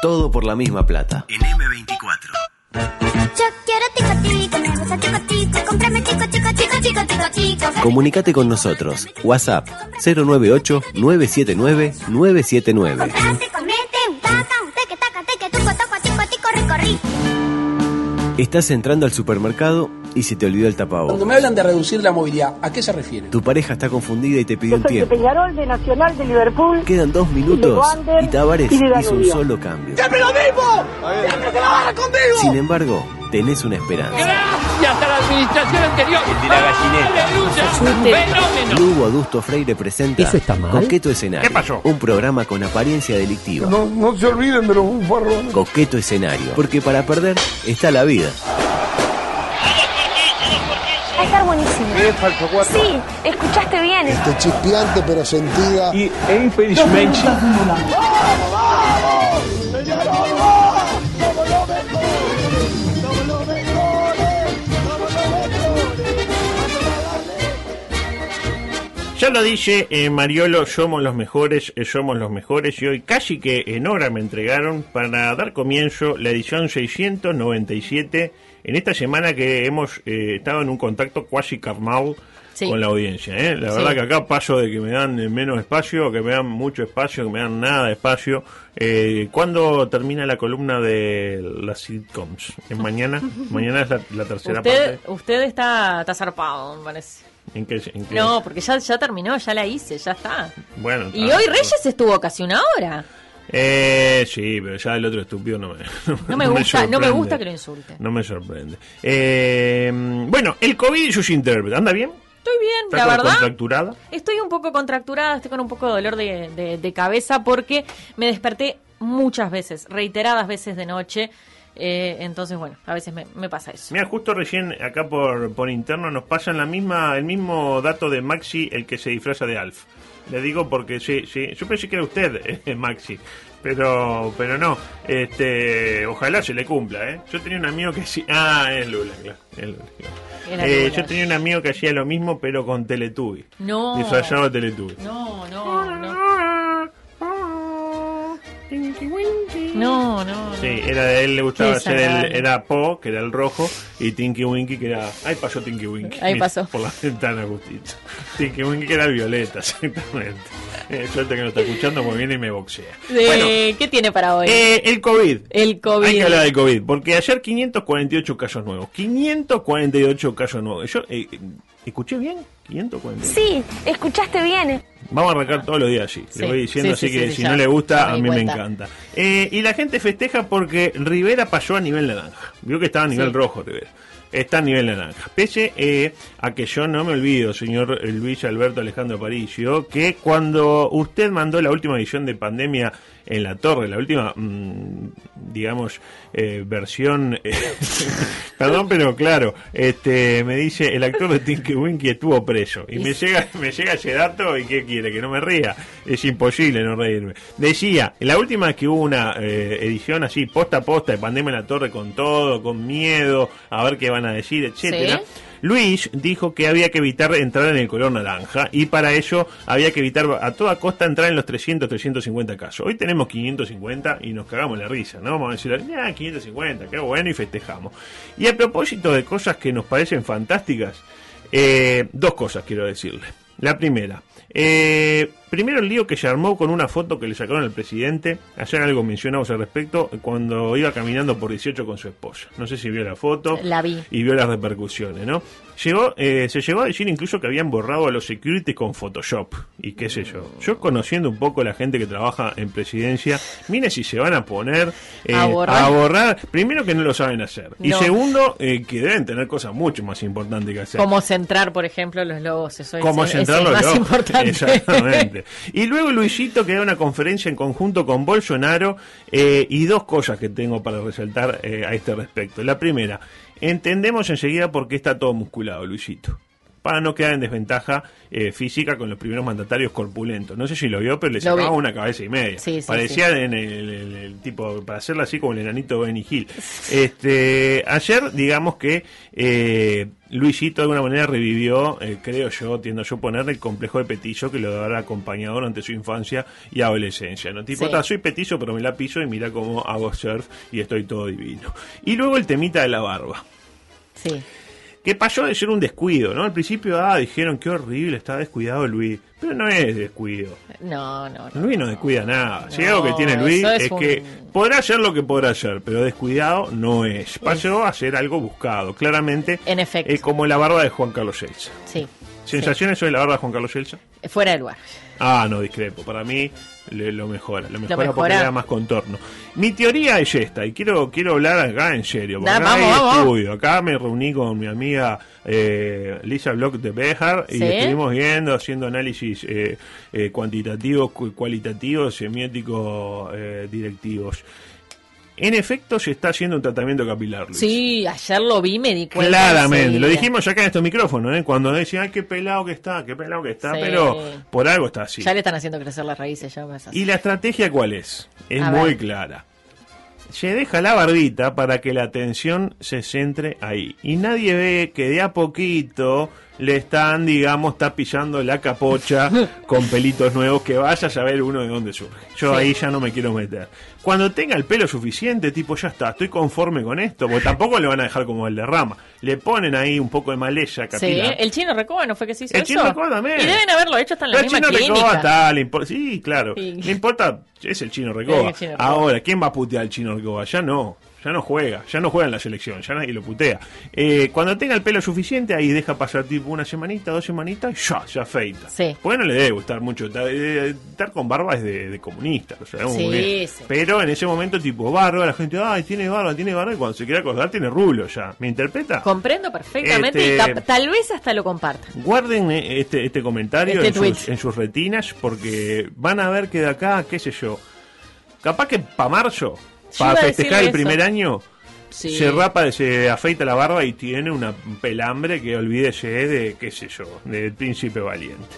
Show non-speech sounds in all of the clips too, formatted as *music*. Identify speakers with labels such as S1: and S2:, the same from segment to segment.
S1: Todo por la misma plata.
S2: En M24.
S3: Yo quiero tico tico, me gusta tico tico, cómprame tico tico tico tico tico tico.
S1: Comunicate con nosotros. WhatsApp 098 979 979.
S3: Comprate, comete, un tata, un teque, taca, teque, tuco, toco, tico, tico, rico, rico.
S1: Estás entrando al supermercado y se te olvidó el
S4: Cuando
S1: tapabocas.
S4: me hablan de reducir la movilidad, ¿a qué se refieren?
S1: Tu pareja está confundida y te pidió
S5: Yo
S1: un
S5: soy de
S1: tiempo.
S5: Peñarol, de Nacional, de Liverpool.
S1: Quedan dos minutos y Tavares
S5: y de
S1: hizo un
S5: Danubio.
S1: solo cambio.
S4: ¡Siempre lo mismo! ¡Siempre se la barra conmigo!
S1: Sin embargo, tenés una esperanza.
S6: Gracias a la administración anterior. Ah,
S2: El de la gallineta.
S6: ¡Aleluya! ¡Fenómeno!
S1: Luego Adusto Freire presenta
S7: ¿Eso está mal?
S1: Coqueto Escenario. Un programa con apariencia delictiva.
S8: No, no se olviden de los bufarrones.
S1: Coqueto Escenario. Porque para perder está la vida.
S3: Va a estar buenísimo. Sí, escuchaste bien.
S9: Este chispeante pero sentida.
S2: Y e infelizmente.
S10: Ya lo dije, eh, Mariolo, somos los mejores, eh, somos los mejores y hoy casi que en hora me entregaron para dar comienzo la edición 697 en esta semana que hemos eh, estado en un contacto cuasi carnal
S11: Sí.
S10: con la audiencia. ¿eh? La
S11: Sí.
S10: verdad que acá paso de que me dan eh, menos espacio, que me dan mucho espacio, que me dan nada de espacio. Eh, ¿Cuándo termina la columna de las sitcoms? ¿Es mañana?
S11: *laughs*
S10: mañana es la, la tercera
S11: Usted,
S10: parte.
S11: usted está, está zarpado, me parece.
S10: ¿En qué- en qué-
S11: No, porque ya, ya terminó, ya la hice, ya está.
S10: Bueno,
S11: Y
S10: está.
S11: hoy Reyes estuvo casi una hora.
S10: Eh, sí, pero ya el otro estúpido no me, *laughs*
S11: No me gusta, no me
S10: sorprende.
S11: gusta que lo insulte.
S10: No me sorprende. Eh, bueno, el COVID y sus intérpretes. ¿Anda bien?
S11: Estoy bien,
S10: ¿Está
S11: la
S10: con-
S11: verdad.
S10: contracturada?
S11: Estoy un poco contracturada, estoy con un poco de dolor de, de- de cabeza porque me desperté muchas veces, reiteradas veces de noche. Eh, entonces, bueno, a veces me, me pasa eso.
S10: Mira, justo recién acá por, por interno nos pasan la misma, el mismo dato de Maxi, el que se disfraza de Alf. Le digo porque sí, sí. Yo pensé que era usted, *laughs* eh, Maxi. Pero, pero no. Este, ojalá se le cumpla, ¿eh? Yo tenía un amigo que sí. Ah, es Lula, claro. es Lula, claro.
S11: Era
S10: Eh,
S11: Lula.
S10: yo tenía un amigo que hacía lo mismo, pero con Teletubby.
S11: No.
S10: Disfrazado de Teletubby.
S11: No, no, no. No, no. no.
S10: Sí, era de él le gustaba
S11: Qué
S10: hacer el,
S11: desagradable.
S10: era Po, que era el rojo, y Tinky Winky, que era. Ahí pasó Tinky Winky.
S11: Ahí pasó.
S10: Por la ventana, justito. Tinky Winky, que era el violeta, *laughs* exactamente. Eh, suerte que no está escuchando, porque viene y me boxea.
S11: De-
S10: Bueno,
S11: ¿Qué tiene para hoy?
S10: eh, el COVID.
S11: el COVID.
S10: Hay que hablar del COVID, porque ayer 548 casos nuevos. 548 casos nuevos. Yo, eh, eh, ¿Escuché bien? 548.
S3: Sí, escuchaste bien.
S10: Vamos a arrancar todos los días así.
S11: Sí,
S10: Le voy diciendo
S11: sí,
S10: así
S11: sí,
S10: que
S11: sí,
S10: si
S11: ya,
S10: no le
S11: ya
S10: gusta,
S11: me
S10: a
S11: di
S10: mí me
S11: cuenta.
S10: encanta. Eh, y la gente festeja porque Rivera pasó a nivel naranja. Vio que estaba a nivel
S11: Sí.
S10: rojo Rivera. Está a nivel naranja. Pese eh, a que yo no me olvido, señor eh, Luis Alberto Alejandro Paricio, que cuando usted mandó la última edición de pandemia en la torre, la última, mm, digamos, eh, versión... eh, *laughs* perdón, pero claro, este me dice, el actor de Tinky Winky estuvo preso. Y me llega, me llega ese dato y ¿qué quiere? Que no me ría. Es imposible no reírme. Decía, la última vez que hubo una eh, edición así, posta a posta, de Pandemia en la Torre con todo, con miedo, a ver qué van a decir, etcétera.
S11: Sí.
S10: Luis dijo que había que evitar entrar en el color naranja y para ello había que evitar a toda costa entrar en los 300, 350 casos. Hoy tenemos 550 y nos cagamos la risa, ¿no? Vamos a decir, ya, 550, qué bueno y festejamos. Y a propósito de cosas que nos parecen fantásticas, eh, dos cosas quiero decirle. La primera, eh, primero el lío que se armó con una foto que le sacaron al presidente, ayer algo mencionamos al respecto, cuando iba caminando por 18 con su esposa. No sé si vio la foto
S11: La vi.
S10: y vio las repercusiones, ¿no? Llegó, eh, se llegó a decir incluso que habían borrado a los security con Photoshop y qué sé yo. Yo conociendo un poco la gente que trabaja en presidencia, mire si se van a poner eh,
S11: A borrar.
S10: a borrar. Primero que no lo saben hacer y
S11: No.
S10: segundo eh, que deben tener cosas mucho más importantes que hacer.
S11: Cómo centrar, por ejemplo, los lobos. Eso es,
S10: Cómo
S11: es-
S10: centrar
S11: es
S10: los
S11: el más
S10: dos.
S11: importante.
S10: Exactamente. Y luego Luisito que da una conferencia en conjunto con Bolsonaro eh, y dos cosas que tengo para resaltar eh, a este respecto. La primera, entendemos enseguida por qué está todo musculado Luisito. para no quedar en desventaja eh, física con los primeros mandatarios corpulentos. No sé si lo vio, pero le
S11: Lo vi.
S10: sacaba una cabeza y media.
S11: Sí, sí,
S10: Parecía en el, el- el tipo, para hacerla así como el enanito Benny Hill. Este, ayer, digamos que eh, Luisito de alguna manera revivió, eh, creo yo, tiendo yo a poner, el complejo de Petillo que lo habrá acompañado durante su infancia y adolescencia. ¿no? Tipo,
S11: Sí.
S10: "Ta, soy Petillo, pero me la piso y mira cómo hago surf y estoy todo divino. Y luego el temita de la barba
S11: *laughs* Sí.
S10: que pasó de ser un descuido, ¿no? Al principio, ah, dijeron qué horrible, está descuidado Luis. Pero no es descuido.
S11: No, no, no.
S10: Luis no descuida nada. Si
S11: No,
S10: algo que tiene Luis
S11: eso
S10: es,
S11: es un-
S10: que podrá hacer lo que podrá hacer, pero descuidado no es. Pasó a ser algo buscado, claramente.
S11: En efecto.
S10: eh, como la barba de Juan Carlos Yeltsin.
S11: Sí.
S10: ¿Sensaciones sobre la barba de Juan Carlos Yeltsin?
S11: Sí. Fuera de lugar.
S10: Ah, no discrepo. Para mí le- lo mejora. Lo mejora, porque
S11: mejora.
S10: le da más contorno. Mi teoría es esta, y quiero, quiero hablar acá en serio. Porque
S11: Da,
S10: acá
S11: vamos,
S10: hay
S11: vamos.
S10: estudio. Acá me reuní con mi amiga eh, Lisa Block de Bejar y
S11: Sí.
S10: estuvimos viendo, haciendo análisis eh, eh, cuantitativos, cu- cualitativos, semióticos, eh, directivos. En efecto, se está haciendo un tratamiento capilar. Luis.
S11: Sí, ayer lo vi, me di cuenta.
S10: Claramente, lo
S11: enseguida.
S10: dijimos ya acá en estos micrófonos, ¿eh? cuando decían, ay, qué pelado que está, qué pelado que está,
S11: Sí.
S10: pero por algo está así.
S11: Ya le están haciendo crecer las raíces, ya vas a-
S10: ¿Y la estrategia cuál es? Es
S11: A
S10: muy
S11: ver.
S10: clara. Se deja la barbita para que la atención se centre ahí. Y nadie ve que de a poquito le están, digamos, tapillando
S11: *laughs*
S10: la capocha con pelitos nuevos que vaya a saber uno de dónde surge. Yo
S11: Sí.
S10: ahí ya no me quiero meter. Cuando tenga el pelo suficiente, tipo, ya está, estoy conforme con esto, porque tampoco le van a dejar como el derrama. Le ponen ahí un poco de maleza
S11: Sí,
S10: capilar.
S11: el chino Recoba no fue que se hizo
S10: El
S11: eso.
S10: chino Recoba también.
S11: Y deben haberlo hecho hasta en la
S10: Pero el
S11: misma
S10: chino
S11: clínica.
S10: Recoba está, le importa. Sí, claro.
S11: Sí.
S10: Le importa, es el chino Recoba.
S11: El chino Recoba.
S10: Ahora, ¿quién va a putear al chino Recoba? Ya no. Ya no juega, ya no juega en la selección, ya nadie lo putea. Eh, cuando tenga el pelo suficiente, ahí deja pasar tipo una semanita, dos semanitas, y ya, se afeita.
S11: Sí.
S10: Porque no le debe gustar mucho. ta- eh, Estar con barba es de, de comunista, lo sabemos muy
S11: Sí,
S10: bien.
S11: sí.
S10: Pero en ese momento, tipo barba, la gente, ay, tiene barba, tiene barba, y cuando se quiere acordar, tiene rulo ya. ¿Me interpreta?
S11: Comprendo perfectamente y
S10: Este-
S11: tap- tal vez hasta lo compartan.
S10: Guarden eh, este, este comentario
S11: Este
S10: en, sus,
S11: tweet.
S10: en sus retinas porque van a ver que de acá, qué sé yo, capaz que para marzo,
S11: Yo
S10: para
S11: iba a
S10: festejar el
S11: decirle
S10: primer
S11: eso.
S10: año,
S11: Sí.
S10: se rapa, se afeita la barba y tiene una pelambre que olvídese de, qué sé yo, del príncipe valiente.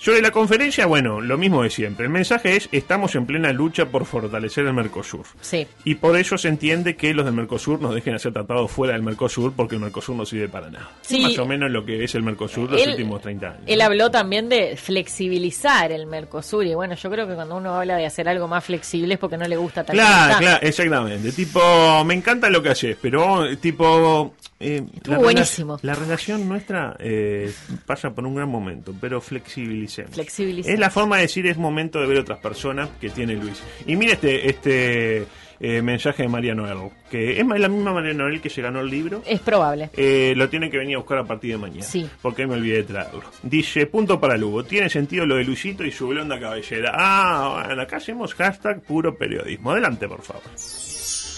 S10: Sobre la conferencia, bueno, lo mismo de siempre. El mensaje es, estamos en plena lucha por fortalecer el Mercosur.
S11: Sí.
S10: Y por eso se entiende que los del Mercosur nos dejen hacer tratados fuera del Mercosur porque el Mercosur no sirve para nada.
S11: Sí.
S10: Más o menos lo que es el Mercosur los
S11: Él-
S10: últimos 30 años.
S11: Él habló también de flexibilizar el Mercosur y bueno, yo creo que cuando uno habla de hacer algo más flexible es porque no le gusta tal
S10: Claro,
S11: cosa.
S10: claro, exactamente. Tipo, me encanta lo que haces, pero eh, tipo... eh,
S11: Estuvo
S10: rela-
S11: buenísimo.
S10: La relación nuestra eh, pasa por un gran momento, pero flexibilicemos.
S11: Flexibilicemos.
S10: Es la forma de decir es momento de ver otras personas que tiene Luis. Y mira este, este eh, mensaje de María Noel, que es la misma María Noel que se ganó el libro.
S11: Es probable.
S10: Eh, lo tienen que venir a buscar a partir de mañana.
S11: Sí.
S10: Porque me olvidé de traerlo. Dice, punto para Lugo. Tiene sentido lo de Luisito y su blonda cabellera. Ah, bueno, acá hacemos hashtag puro periodismo. Adelante, por favor.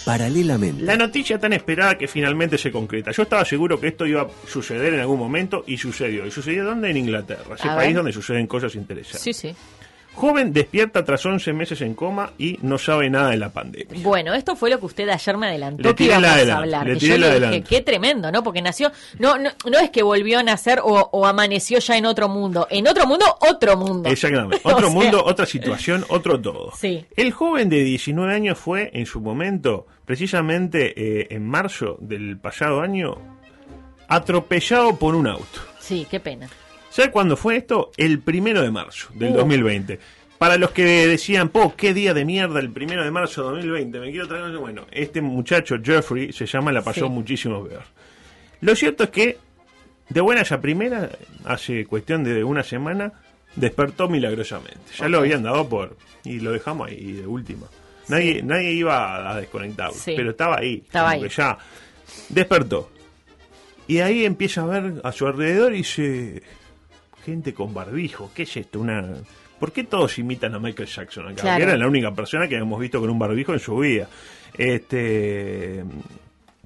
S1: Paralelamente.
S10: La noticia tan esperada que finalmente se concreta. Yo estaba seguro que esto iba a suceder en algún momento y sucedió. ¿Y sucedió dónde? En Inglaterra. Ese
S11: A
S10: país
S11: ver.
S10: donde suceden cosas interesantes.
S11: Sí, sí.
S10: Joven despierta tras 11 meses en coma y no sabe nada de la pandemia.
S11: Bueno, esto fue lo que usted ayer me adelantó
S10: Le
S11: que
S10: tiré
S11: íbamos
S10: la
S11: a
S10: adelanto,
S11: hablar.
S10: le
S11: que
S10: tiré
S11: yo
S10: la
S11: le dije,
S10: adelanto.
S11: qué tremendo, ¿no? Porque nació, no, no, no es que volvió a nacer o, o amaneció ya en otro mundo. En otro mundo, otro mundo.
S10: Exactamente.
S11: *laughs* O
S10: Otro
S11: sea,
S10: mundo, otra situación, otro todo.
S11: Sí.
S10: El joven de 19 años fue, en su momento, precisamente eh, en marzo del pasado año, atropellado por un auto.
S11: Sí, qué pena.
S10: ¿Sabe cuándo fue esto? El primero de marzo
S11: Uh.
S10: del 2020. Para los que decían, po, qué día de mierda el primero de marzo de 2020, me quiero traer... Bueno, este muchacho, Jeffrey, se llama, la pasó
S11: Sí.
S10: muchísimo peor. Lo cierto es que, de buenas a primera, hace cuestión de una semana, despertó milagrosamente. Ya lo
S11: Ok.
S10: habían dado por... Y lo dejamos ahí, de última. Nadie, nadie iba a desconectarlo,
S11: Sí.
S10: pero estaba ahí.
S11: Estaba
S10: como
S11: ahí.
S10: que ya despertó. Y ahí empieza a ver a su alrededor y dice, gente con barbijo, ¿qué es esto? Una... ¿Por qué todos imitan a Michael Jackson acá?
S11: Claro.
S10: Que era la única persona que habíamos visto con un barbijo en su vida. Este...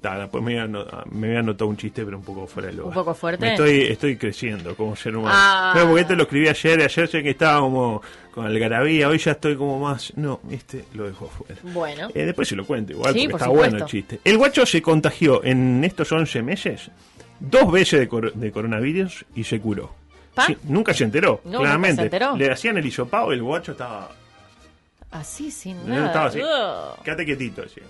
S10: ta, después me había, ano- me había anotado un chiste, pero un poco fuera de lugar.
S11: ¿Un poco fuerte?
S10: Me estoy, estoy creciendo como ser humano.
S11: Ah.
S10: Claro, porque esto lo escribí ayer, ayer sé que estaba como con algarabía, hoy ya estoy como más... No, este lo dejo fuera.
S11: Bueno.
S10: Eh, después se lo cuento igual,
S11: Sí,
S10: porque
S11: por
S10: está
S11: supuesto.
S10: bueno el chiste. El guacho se contagió en estos 11 meses dos veces de, cor- de coronavirus y se curó.
S11: ¿Pa?
S10: Sí, nunca se enteró,
S11: No, nunca
S10: claramente.
S11: se enteró.
S10: Le hacían el hisopado y el guacho estaba.
S11: Así, sin
S10: no,
S11: nada.
S10: estaba así.
S11: Ugh.
S10: Quédate quietito. decía.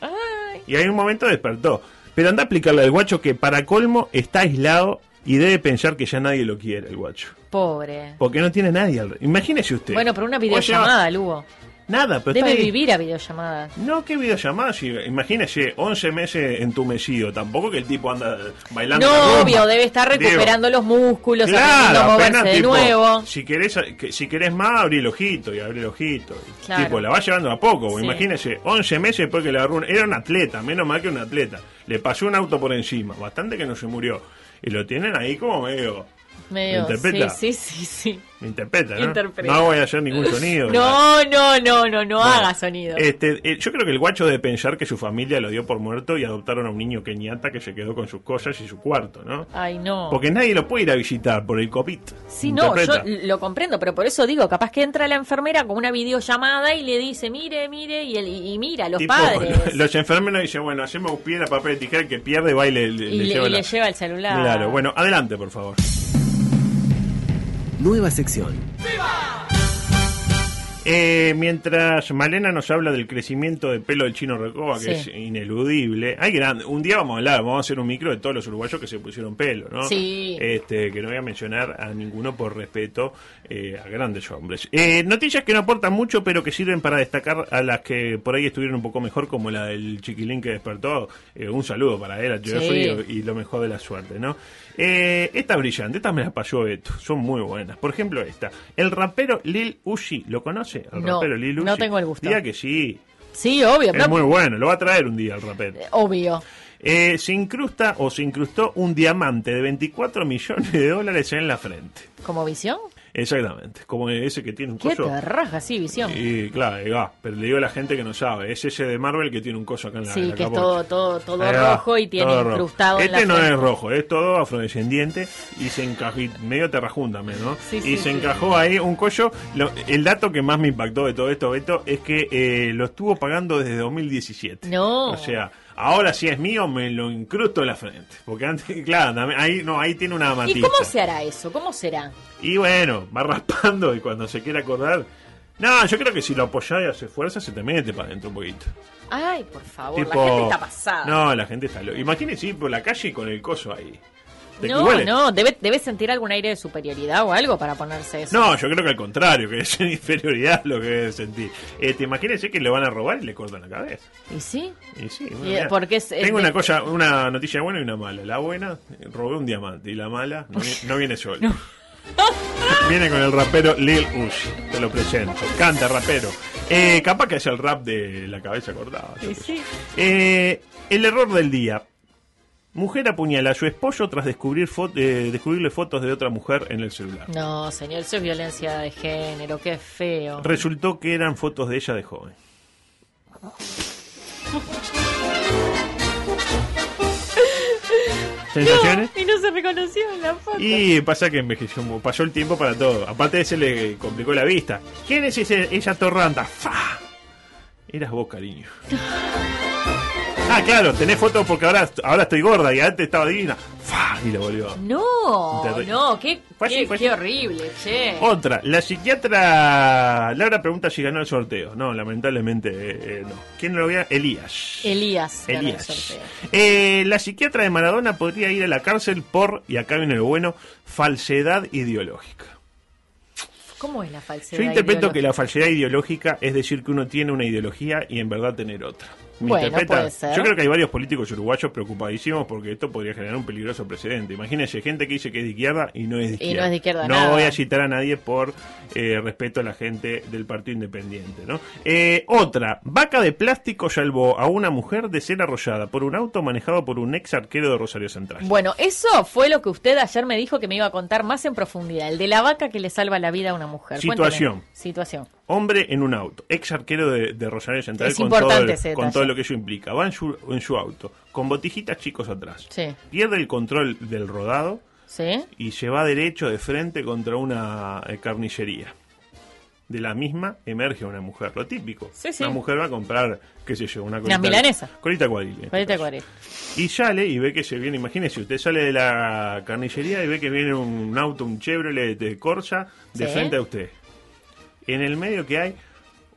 S11: Ay.
S10: Y hay un momento despertó. Pero anda a explicarle al guacho que para colmo está aislado y debe pensar que ya nadie lo quiere el guacho.
S11: Pobre.
S10: Porque no tiene nadie al... Imagínese usted.
S11: Bueno, pero una
S10: Vos llevas-
S11: videollamada, Lugo.
S10: Nada, Este. pero
S11: Debe
S10: está ahí.
S11: vivir a videollamada.
S10: No, qué videollamada. Si, imagínese, 11 meses entumecido. Tampoco que el tipo anda bailando. la
S11: No,
S10: rumba.
S11: obvio, debe estar
S10: Digo,
S11: recuperando los músculos, aprendiendo a
S10: Claro,
S11: moverse
S10: apenas,
S11: de
S10: tipo,
S11: nuevo.
S10: Si querés, que- si querés más, abrí el ojito y abrí el ojito. Y,
S11: Claro.
S10: Tipo, la va llevando a poco.
S11: Sí.
S10: Imagínese, 11 meses después que le agarró un- Era un atleta, menos mal que un atleta. Le pasó un auto por encima. Bastante que no se murió. Y lo tienen ahí como medio.
S11: Medio,
S10: interpreta.
S11: sí, sí, sí, sí.
S10: Me interpreta, ¿no?
S11: Interpreta.
S10: No voy a hacer ningún sonido.
S11: No, no, no, no, no
S10: Bueno,
S11: haga sonido.
S10: Este, eh, yo creo que el guacho debe pensar que su familia lo dio por muerto y adoptaron a un niño keniata que se quedó con sus cosas y su cuarto, ¿no?
S11: Ay, no.
S10: Porque nadie lo puede ir a visitar por el COVID.
S11: Sí, no, yo
S10: Interpreta.
S11: l- lo comprendo, pero por eso digo, capaz que entra la enfermera con una videollamada y le dice, mire, mire, y, el- y mira, los
S10: Tipo,
S11: padres.
S10: lo- *laughs* Los enfermeros dicen, bueno, hacemos un piedra, papel y tijera, el que pierde va y le, le-
S11: y le,
S10: le lleva
S11: y
S10: la-
S11: le lleva el celular.
S10: Claro, bueno, adelante, por favor.
S1: Nueva sección.
S10: Eh, mientras Malena nos habla del crecimiento de pelo del chino Recoba, que
S11: Sí.
S10: es ineludible. Hay gran- un día vamos a hablar, vamos a hacer un micro de todos los uruguayos que se pusieron pelo, ¿no?
S11: Sí.
S10: Este, que no voy a mencionar a ninguno por respeto eh, a grandes hombres. Eh, noticias que no aportan mucho, pero que sirven para destacar a las que por ahí estuvieron un poco mejor, como la del chiquilín que despertó. Eh, un saludo para él, a Jeffrey, y lo mejor de la suerte, ¿no? Eh, esta brillante, esta me la pasó Beto, son muy buenas. Por ejemplo, esta. El rapero Lil Uzi, ¿lo conoce? El
S11: No,
S10: rapero Lil Uzi.
S11: no tengo el gusto.
S10: Diga que sí.
S11: Sí, obvio,
S10: Es
S11: pero-
S10: muy bueno, lo va a traer un día el rapero.
S11: obvio.
S10: Eh, se incrusta o se incrustó un diamante de 24 millones de dólares en la frente.
S11: ¿Como visión?
S10: Exactamente, como ese que tiene un
S11: ¿Qué
S10: coso.
S11: te raja? Sí, visión.
S10: Y claro, ahí va, pero le digo a la gente que no sabe, es ese de Marvel que tiene un coso acá en la en
S11: Sí,
S10: la
S11: que es
S10: capota.
S11: todo, todo, todo
S10: Ahí va,
S11: rojo y tiene
S10: todo rojo.
S11: incrustado en
S10: Este
S11: la
S10: no
S11: frente.
S10: es rojo, es todo afrodescendiente y se encajó, y medio terrajunta, ¿no?
S11: Sí,
S10: y
S11: sí,
S10: se
S11: sí.
S10: encajó ahí un collo. Lo- el dato que más me impactó de todo esto, Beto, es que eh, lo estuvo pagando desde 2017.
S11: No.
S10: O sea, ahora si es mío, me lo incrusto en la frente. Porque antes, *laughs* claro, también- ahí no, ahí tiene una
S11: ¿Y
S10: amatista.
S11: cómo se hará eso? ¿Cómo será?
S10: Y bueno, va raspando y cuando se quiera acordar. No, yo creo que si lo apoyás y haces fuerza, se te mete para adentro un poquito.
S11: Ay, por favor,
S10: Tipo,
S11: la gente está pasada.
S10: No, la gente está loca. Imagínense ir por la calle con el coso ahí. Te-
S11: No,
S10: igual es-
S11: no, debe, debe sentir algún aire de superioridad o algo para ponerse eso.
S10: No, yo creo que al contrario, que es *laughs* inferioridad lo que debe sentir. Este, imagínense que le van a robar y le cortan la cabeza.
S11: ¿Y sí?
S10: Y sí, bueno,
S11: Y, eh,
S10: mirá.
S11: porque es- es
S10: Tengo
S11: de-
S10: una cosa, una noticia buena y una mala. La buena, eh, robé un diamante. Y la mala, no, vi- no viene solo. *laughs* viene con el rapero Lil Uzi. Te lo presento. Canta, rapero. Eh, capaz que es el rap de la cabeza cortada. yo
S11: Y
S10: qué
S11: sí.
S10: eh, el error del día. Mujer apuñala a su esposo tras descubrir fo- eh, descubrirle fotos de otra mujer en el celular.
S11: No, señor, eso es violencia de género, qué feo.
S10: Resultó que eran fotos de ella de joven. ¿Sensaciones?
S11: y no se reconoció en la foto.
S10: Y pasa que envejeció, mu- pasó el tiempo para todo. Aparte se le complicó la vista. ¿Quién es ese- esa torranda? ¡Fa! Eras vos, cariño. Ah, claro, tenés fotos porque ahora, ahora estoy gorda y antes estaba divina. ¡Fa! Y la volvió.
S11: No,
S10: Terrible.
S11: no, qué,
S10: Fue así,
S11: qué-
S10: fue
S11: qué
S10: así. Oh.
S11: horrible, che.
S10: Otra, la psiquiatra Laura pregunta si ganó el sorteo. No, lamentablemente eh, eh, no. ¿Quién lo veía? Elías.
S11: Elías. ganó el
S10: Elías.
S11: sorteo.
S10: Eh, la psiquiatra de Maradona podría ir a la cárcel por, y acá viene lo bueno, falsedad ideológica.
S11: ¿Cómo es la falsedad?
S10: Yo interpreto
S11: ideológica?
S10: que la falsedad ideológica es decir que uno tiene una ideología y en verdad tener otra. ¿Me
S11: Bueno,
S10: interpreta?
S11: puede ser.
S10: Yo creo que hay varios políticos uruguayos preocupadísimos porque esto podría generar un peligroso precedente. Imagínense gente que dice que es de izquierda y no es de
S11: Y no
S10: izquierda.
S11: es de izquierda
S10: No
S11: nada.
S10: voy a citar a nadie por eh, respeto a la gente del Partido Independiente. ¿no? Eh, otra, vaca de plástico salvó a una mujer de ser arrollada por un auto manejado por un ex arquero de Rosario Central.
S11: Bueno, eso fue lo que usted ayer me dijo que me iba a contar más en profundidad, el de la vaca que le salva la vida a una mujer. Cuénteme.
S10: Situación.
S11: Situación.
S10: Hombre en un auto, ex arquero de, de Rosario Central
S11: Es
S10: con, todo,
S11: importante
S10: el-
S11: ese
S10: con
S11: detalle.
S10: todo lo que ello implica. Va en su, en su auto, con botijitas chicos atrás.
S11: Sí.
S10: Pierde el control del rodado
S11: ¿Sí?
S10: y se va derecho de frente contra una eh, carnicería. de la misma emerge una mujer, lo típico.
S11: Sí, sí.
S10: Una mujer va a comprar, qué sé yo, una colita.
S11: milanesa.
S10: Colita cuadrilla. en
S11: Cuarenta
S10: este caso.
S11: cuarenta.
S10: Y sale y ve que se viene, imagínese, usted sale de la carnicería y ve que viene un auto, un Chevrolet de Corsa, de
S11: Sí.
S10: frente a usted. En el medio que hay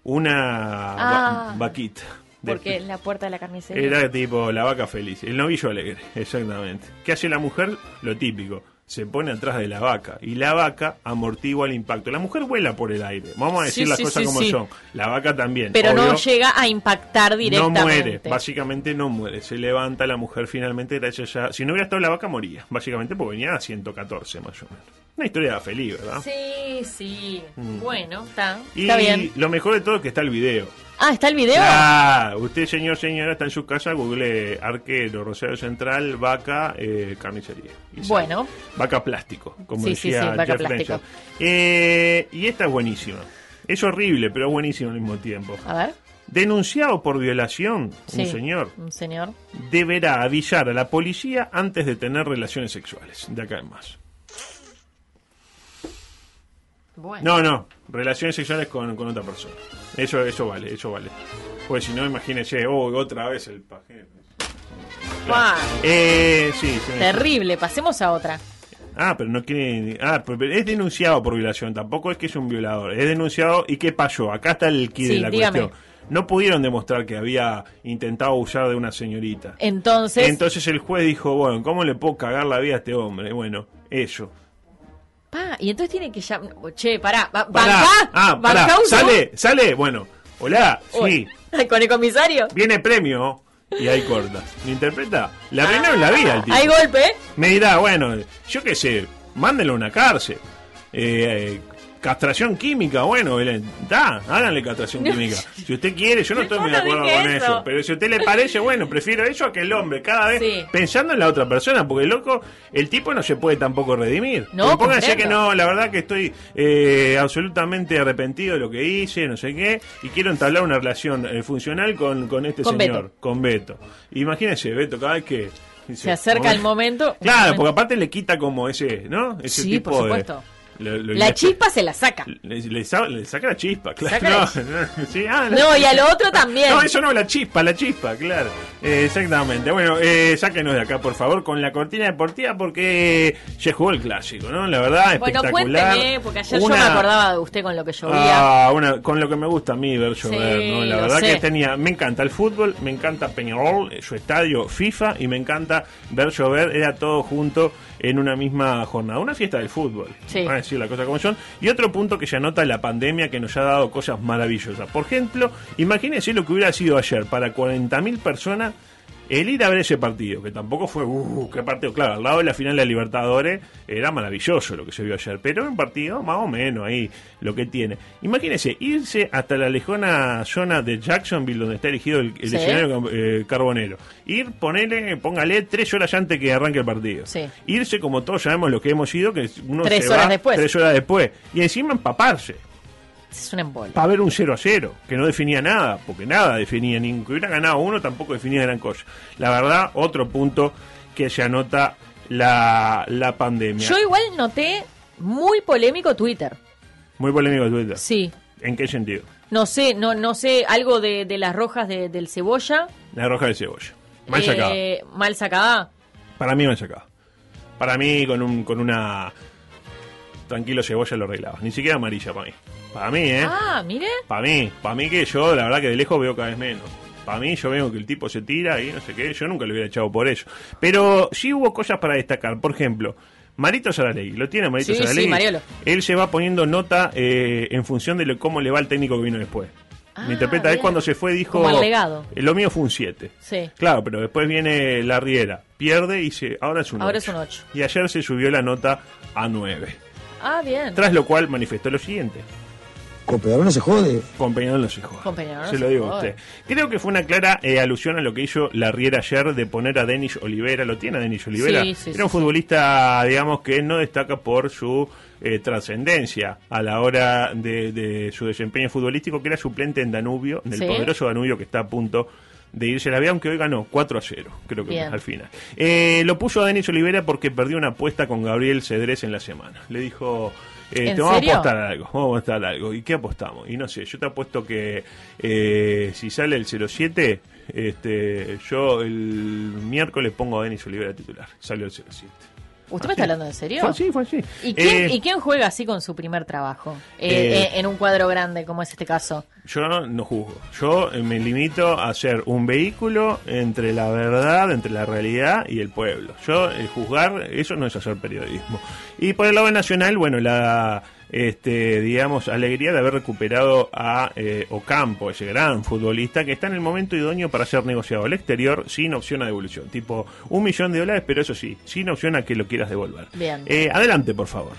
S10: una va-
S11: Ah.
S10: vaquita. de-
S11: Porque es la puerta de la carnicería.
S10: era tipo la vaca feliz, el novillo alegre, exactamente. ¿Qué hace la mujer? Lo típico, se pone atrás de la vaca y la vaca amortigua el impacto. La mujer vuela por el aire, vamos a
S11: Sí,
S10: decir las
S11: sí,
S10: cosas
S11: sí,
S10: como
S11: sí.
S10: son. La vaca también.
S11: Pero no
S10: obvio,
S11: llega a impactar
S10: no
S11: directamente.
S10: muere, básicamente no muere. Se levanta la mujer finalmente, gracias a. Si no hubiera estado la vaca, moría, básicamente porque venía a 114 más o menos. Una historia feliz, ¿verdad?
S11: Sí, sí.
S10: Mm.
S11: Bueno, está.
S10: Y
S11: Está bien.
S10: lo mejor de todo es que está el video.
S11: Ah, ¿está el video?
S10: Ah, usted, señor, señora, está en su casa, google arquero, Rosario Central, vaca, eh, carnicería. Y sale.
S11: Bueno.
S10: Vaca plástico, como
S11: Sí, sí,
S10: decía
S11: sí, vaca
S10: Jeff
S11: plástico.
S10: Renzo. Eh, y esta es buenísima. Es horrible, pero es buenísima al mismo tiempo.
S11: A ver.
S10: Denunciado por violación,
S11: Ah. Sí.
S10: un señor
S11: Un señor.
S10: deberá avisar a la policía antes de tener relaciones sexuales. De acá en más.
S11: Bueno.
S10: No, no, relaciones sexuales con, con otra persona. Eso, eso vale, eso vale. Pues si no, imagínese, oh, otra vez el pajero.
S11: Ah,
S10: Eh, sí, sí.
S11: Terrible. Pasemos a otra.
S10: Ah, pero no quiere. Ah, pero es denunciado por violación. Tampoco es que es un violador. Es denunciado. ¿Y qué pasó? Acá está el quid
S11: Sí,
S10: de la
S11: dígame.
S10: cuestión. No pudieron demostrar que había intentado abusar de una señorita.
S11: Entonces,
S10: Entonces el juez dijo, bueno, ¿cómo le puedo cagar la vida a este hombre? Bueno, eso.
S11: pa, y entonces tiene que llamar. Che, pará, ba-
S10: Pará.
S11: bancá,
S10: Ah, pará.
S11: bancá un
S10: Sale, sale. Bueno, hola.
S11: segundo.
S10: Sí.
S11: Uy, *laughs* Con el comisario.
S10: Viene premio. Y ahí cortas. ¿Me interpreta?
S11: Ah.
S10: La primera la vida el tipo.
S11: Hay golpe. ¿eh?
S10: Me dirá, bueno, yo qué sé, mándenlo a una cárcel. Eh, eh, castración química, bueno, Belén, da,
S11: *laughs*
S10: háganle castración química. Si usted quiere, yo no
S11: No,
S10: estoy muy
S11: no
S10: de acuerdo
S11: dije
S10: con
S11: eso.
S10: eso. pero si a usted le parece, bueno, prefiero eso a que el hombre, cada vez
S11: Sí.
S10: pensando en la otra persona, porque loco, el tipo no se puede tampoco redimir.
S11: No,
S10: Porque pónganse que
S11: comprendo.
S10: no, la verdad que estoy eh, absolutamente arrepentido de lo que hice, no sé qué, y quiero entablar una relación eh, funcional con, con este
S11: Con
S10: señor,
S11: Beto.
S10: con Beto. Imagínese, Beto, cada vez que...
S11: Se acerca el momento.
S10: Claro, porque aparte le quita como ese, ¿no? Ese
S11: Sí,
S10: tipo
S11: por supuesto.
S10: de. lo- lo-
S11: La
S10: le-
S11: chispa se la saca.
S10: Le, le sa- le saca la chispa, claro.
S11: Saca la
S10: *laughs* no, no, sí, ah, no.
S11: y
S10: *laughs*
S11: al otro también.
S10: No, eso no, la chispa, la chispa, claro. Eh, exactamente. Bueno, eh, sáquenos de acá, por favor, con la cortina deportiva porque eh, se jugó el clásico, ¿no? La verdad, *laughs*
S11: Bueno,
S10: espectacular.
S11: cuénteme, porque ayer yo
S10: Una-
S11: me acordaba de usted con lo que llovía.
S10: Ah, una- con lo que me gusta a mí ver llover,
S11: Sí,
S10: ¿no? La
S11: lo
S10: verdad
S11: sé.
S10: que tenía, me encanta el fútbol, me encanta Peñarol, eh, su estadio FIFA y me encanta ver llover, era todo junto en una misma jornada, una fiesta del fútbol,
S11: Sí.
S10: vamos a decir la cosa como son. Y otro punto que se anota la pandemia que nos ha dado cosas maravillosas. Por ejemplo, imagínense lo que hubiera sido ayer para 40.000 personas el ir a ver ese partido, que tampoco fue, uh, qué partido, claro, al lado de la final de la Libertadores era maravilloso lo que se vio ayer, pero era un partido más o menos ahí, lo que tiene. Imagínense, irse hasta la lejona zona de Jacksonville, donde está erigido el, el
S11: Sí.
S10: escenario eh, carbonero, ir, ponele, póngale tres horas antes que arranque el partido.
S11: Sí.
S10: Irse como todos sabemos lo que hemos ido, que uno
S11: Tres
S10: se
S11: horas
S10: va
S11: después.
S10: tres horas después, y encima empaparse
S11: Es un embole.
S10: para ver un 0 a 0, que no definía nada, porque nada definía, ni que hubiera ganado uno tampoco definía gran cosa. La verdad, otro punto que se anota la, la pandemia.
S11: Yo igual noté muy polémico Twitter.
S10: Muy polémico Twitter.
S11: Sí.
S10: ¿En qué sentido?
S11: No sé, no, no sé, algo de, de las rojas de- del cebolla.
S10: La roja de cebolla. Mal
S11: Eh,
S10: sacada.
S11: mal sacada.
S10: Para mí mal sacada. Para mí con, un, con una... Tranquilo cebolla lo arreglaba. Ni siquiera amarilla para mí. Para mí, ¿eh?
S11: Ah, mire.
S10: Para mí, para mí que yo, la verdad que de lejos veo cada vez menos. Para mí yo veo que el tipo se tira y no sé qué, yo nunca lo hubiera echado por eso. Pero sí hubo cosas para destacar, por ejemplo, Marito Saralegui, lo tiene Marito
S11: Sí, sí,
S10: Saralegui.
S11: Mariolo.
S10: Él se va poniendo nota eh, en función de lo- cómo le va al técnico que vino después.
S11: Ah,
S10: Me interpreta, es
S11: bien.
S10: cuando se fue dijo,
S11: Como al legado.
S10: "Eh, lo mío fue un 7.
S11: Sí.
S10: Claro, pero después viene la Riera, pierde y se, ahora es un
S11: Ahora
S10: 8.
S11: es un ocho.
S10: Y ayer se subió la nota a 9.
S11: Ah, bien.
S10: Tras lo cual manifestó lo siguiente.
S9: Con Peñarol no se jode.
S10: Con Peñarol no se juega.
S11: Con Peñarol no
S10: se
S11: se
S10: lo digo a
S11: juega.
S10: usted. Creo que fue una clara eh, alusión a lo que hizo la Riera ayer de poner a Denis Olivera. ¿Lo tiene a Denis Olivera?
S11: Sí, sí,
S10: Era
S11: sí,
S10: un
S11: sí.
S10: futbolista, digamos, que no destaca por su eh, trascendencia a la hora de, de su desempeño futbolístico, que era suplente en Danubio, en el
S11: Sí.
S10: poderoso Danubio que está a punto de irse a la vía, aunque hoy ganó 4 a 0, creo que
S11: Bien.
S10: al final. Eh, lo puso a Denis Olivera porque perdió una apuesta con Gabriel Cedrés en la semana. Le dijo, eh,
S11: ¿En
S10: te vamos
S11: serio?
S10: a apostar a algo, vamos a apostar a algo. ¿Y qué apostamos? Y no sé, yo te apuesto que eh, si sale el 07, este, yo el miércoles pongo a Denis Olivera titular. Salió el 07.
S11: ¿Usted me está hablando en serio?
S10: Fue así, fue así.
S11: ¿Y quién,
S10: Eh,
S11: y quién juega así con su primer trabajo? Eh,
S10: Eh,
S11: eh, en un cuadro grande como es este caso.
S10: Yo no, no juzgo. Yo eh, me limito a ser un vehículo entre la verdad, entre la realidad y el pueblo. Yo eh, juzgar, eso no es hacer periodismo. Y por el lado nacional, bueno, la este digamos alegría de haber recuperado a eh, Ocampo, ese gran futbolista que está en el momento idóneo para ser negociado al exterior sin opción a devolución, tipo un millón de dólares, pero eso sí, sin opción a que lo quieras devolver.
S11: Bien.
S10: Eh, adelante, por favor.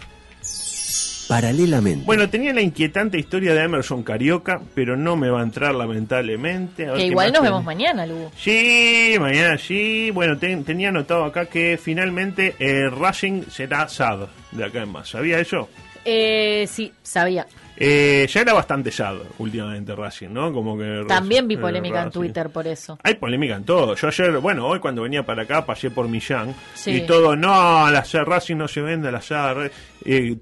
S1: Paralelamente.
S10: Bueno, tenía la inquietante historia de Emerson Carioca, pero no me va a entrar lamentablemente. A ver
S11: que
S10: qué
S11: igual
S10: más
S11: nos
S10: ten-
S11: vemos mañana, Lugo.
S10: Sí, mañana sí. Bueno, ten- tenía anotado acá que finalmente eh, Racing será SAD de acá en más. ¿Sabía eso?
S11: Eh, sí, sabía.
S10: Eh, ya era bastante SAD últimamente Racing, ¿no? Como que
S11: También vi
S10: eh,
S11: polémica en
S10: Racing.
S11: Twitter por eso.
S10: Hay polémica en todo. Yo ayer, bueno, hoy cuando venía para acá pasé por Millán
S11: Sí.
S10: y todo, no, la Sa- Racing no se vende, la SAR.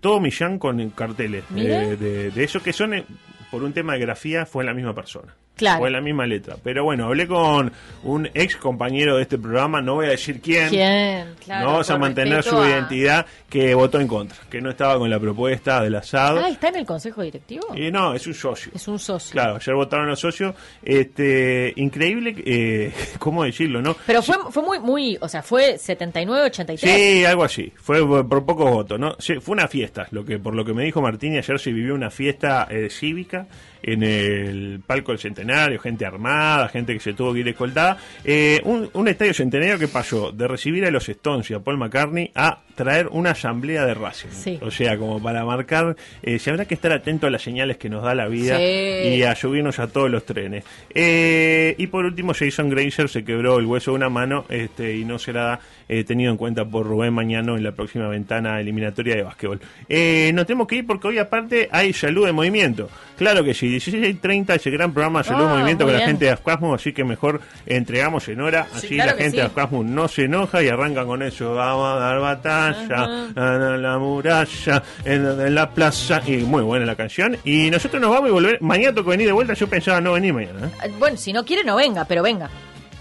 S10: todo Millán con carteles
S11: Mire.
S10: eh, de, de esos que son, eh, por un tema de grafía, fue la misma persona.
S11: Claro.
S10: Fue la misma letra. Pero bueno, hablé con un ex compañero de este programa, no voy a decir quién.
S11: ¿Quién? Claro,
S10: no vamos a
S11: por
S10: mantener su
S11: respeto a-
S10: identidad que votó en contra, que no estaba con la propuesta del asado.
S11: Ah, ¿está en el consejo directivo?
S10: Y no, es un socio.
S11: Es un socio.
S10: Claro, ayer votaron los socios. Este, increíble, eh, *laughs* ¿cómo decirlo, no?
S11: Pero fue, fue muy, muy, o sea, fue 79, 83.
S10: Sí, algo así. Fue por por pocos votos, ¿no? Sí, fue una fiesta, lo que por lo que me dijo Martín y ayer se vivió una fiesta eh, cívica en el palco del centenario, gente armada, gente que se tuvo que ir escoltada. Eh, un, un estadio centenario que pasó de recibir a los Stones y a Paul McCartney a traer una asamblea de Racing.
S11: Sí.
S10: O sea, como para marcar, eh, se habrá que estar atento a las señales que nos da la vida
S11: Sí.
S10: y a subirnos a todos los trenes. Eh, y por último, Jason Granger se quebró el hueso de una mano este, y no será eh, tenido en cuenta por Rubén Mañano en la próxima ventana eliminatoria de básquetbol. Eh, nos tenemos que ir porque hoy aparte hay salud de movimiento. Claro que sí, 16 y 30 ese gran programa Salud
S11: Ah,
S10: de Movimiento
S11: muy
S10: con la
S11: bien.
S10: gente de Ascuasmo, así que mejor entregamos en hora,
S11: Sí,
S10: así
S11: claro
S10: la
S11: que
S10: gente
S11: sí.
S10: de Ascuasmo no se enoja y arrancan con eso. Vamos a dar batalla, a la muralla, en, en la plaza. Y muy buena la canción. Y nosotros nos vamos y volver. Mañana tengo que venir de vuelta, yo pensaba no venir mañana. ¿eh?
S11: Eh, Bueno, si no quiere, no venga, pero venga.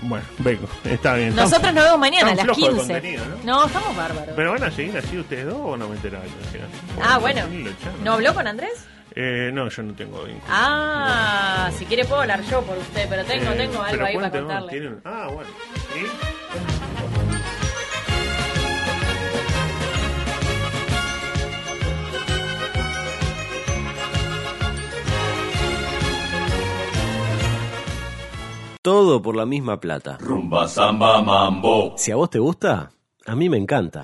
S10: Bueno, vengo, *laughs* está bien. estamos-
S11: Nosotros nos vemos mañana a las
S10: estamos flojos de
S11: 15.
S10: contenido, ¿no?
S11: No, estamos bárbaros.
S10: ¿Pero van a seguir así ustedes dos o no me enteraba? yo al final?
S11: Ah, bueno.
S10: lo echaron.
S11: ¿No habló con Andrés?
S10: Eh, no, yo no tengo vínculo.
S11: Ah, si quiere puedo hablar yo por usted, pero tengo,
S10: Eh,
S11: tengo algo
S10: pero
S11: ahí para
S10: cuéntenos,
S11: contarle.
S10: ¿tienen? Ah, bueno. ¿Sí?
S1: Todo por la misma plata.
S2: Rumba, samba, mambo.
S1: Si a vos te gusta, a mí me encanta.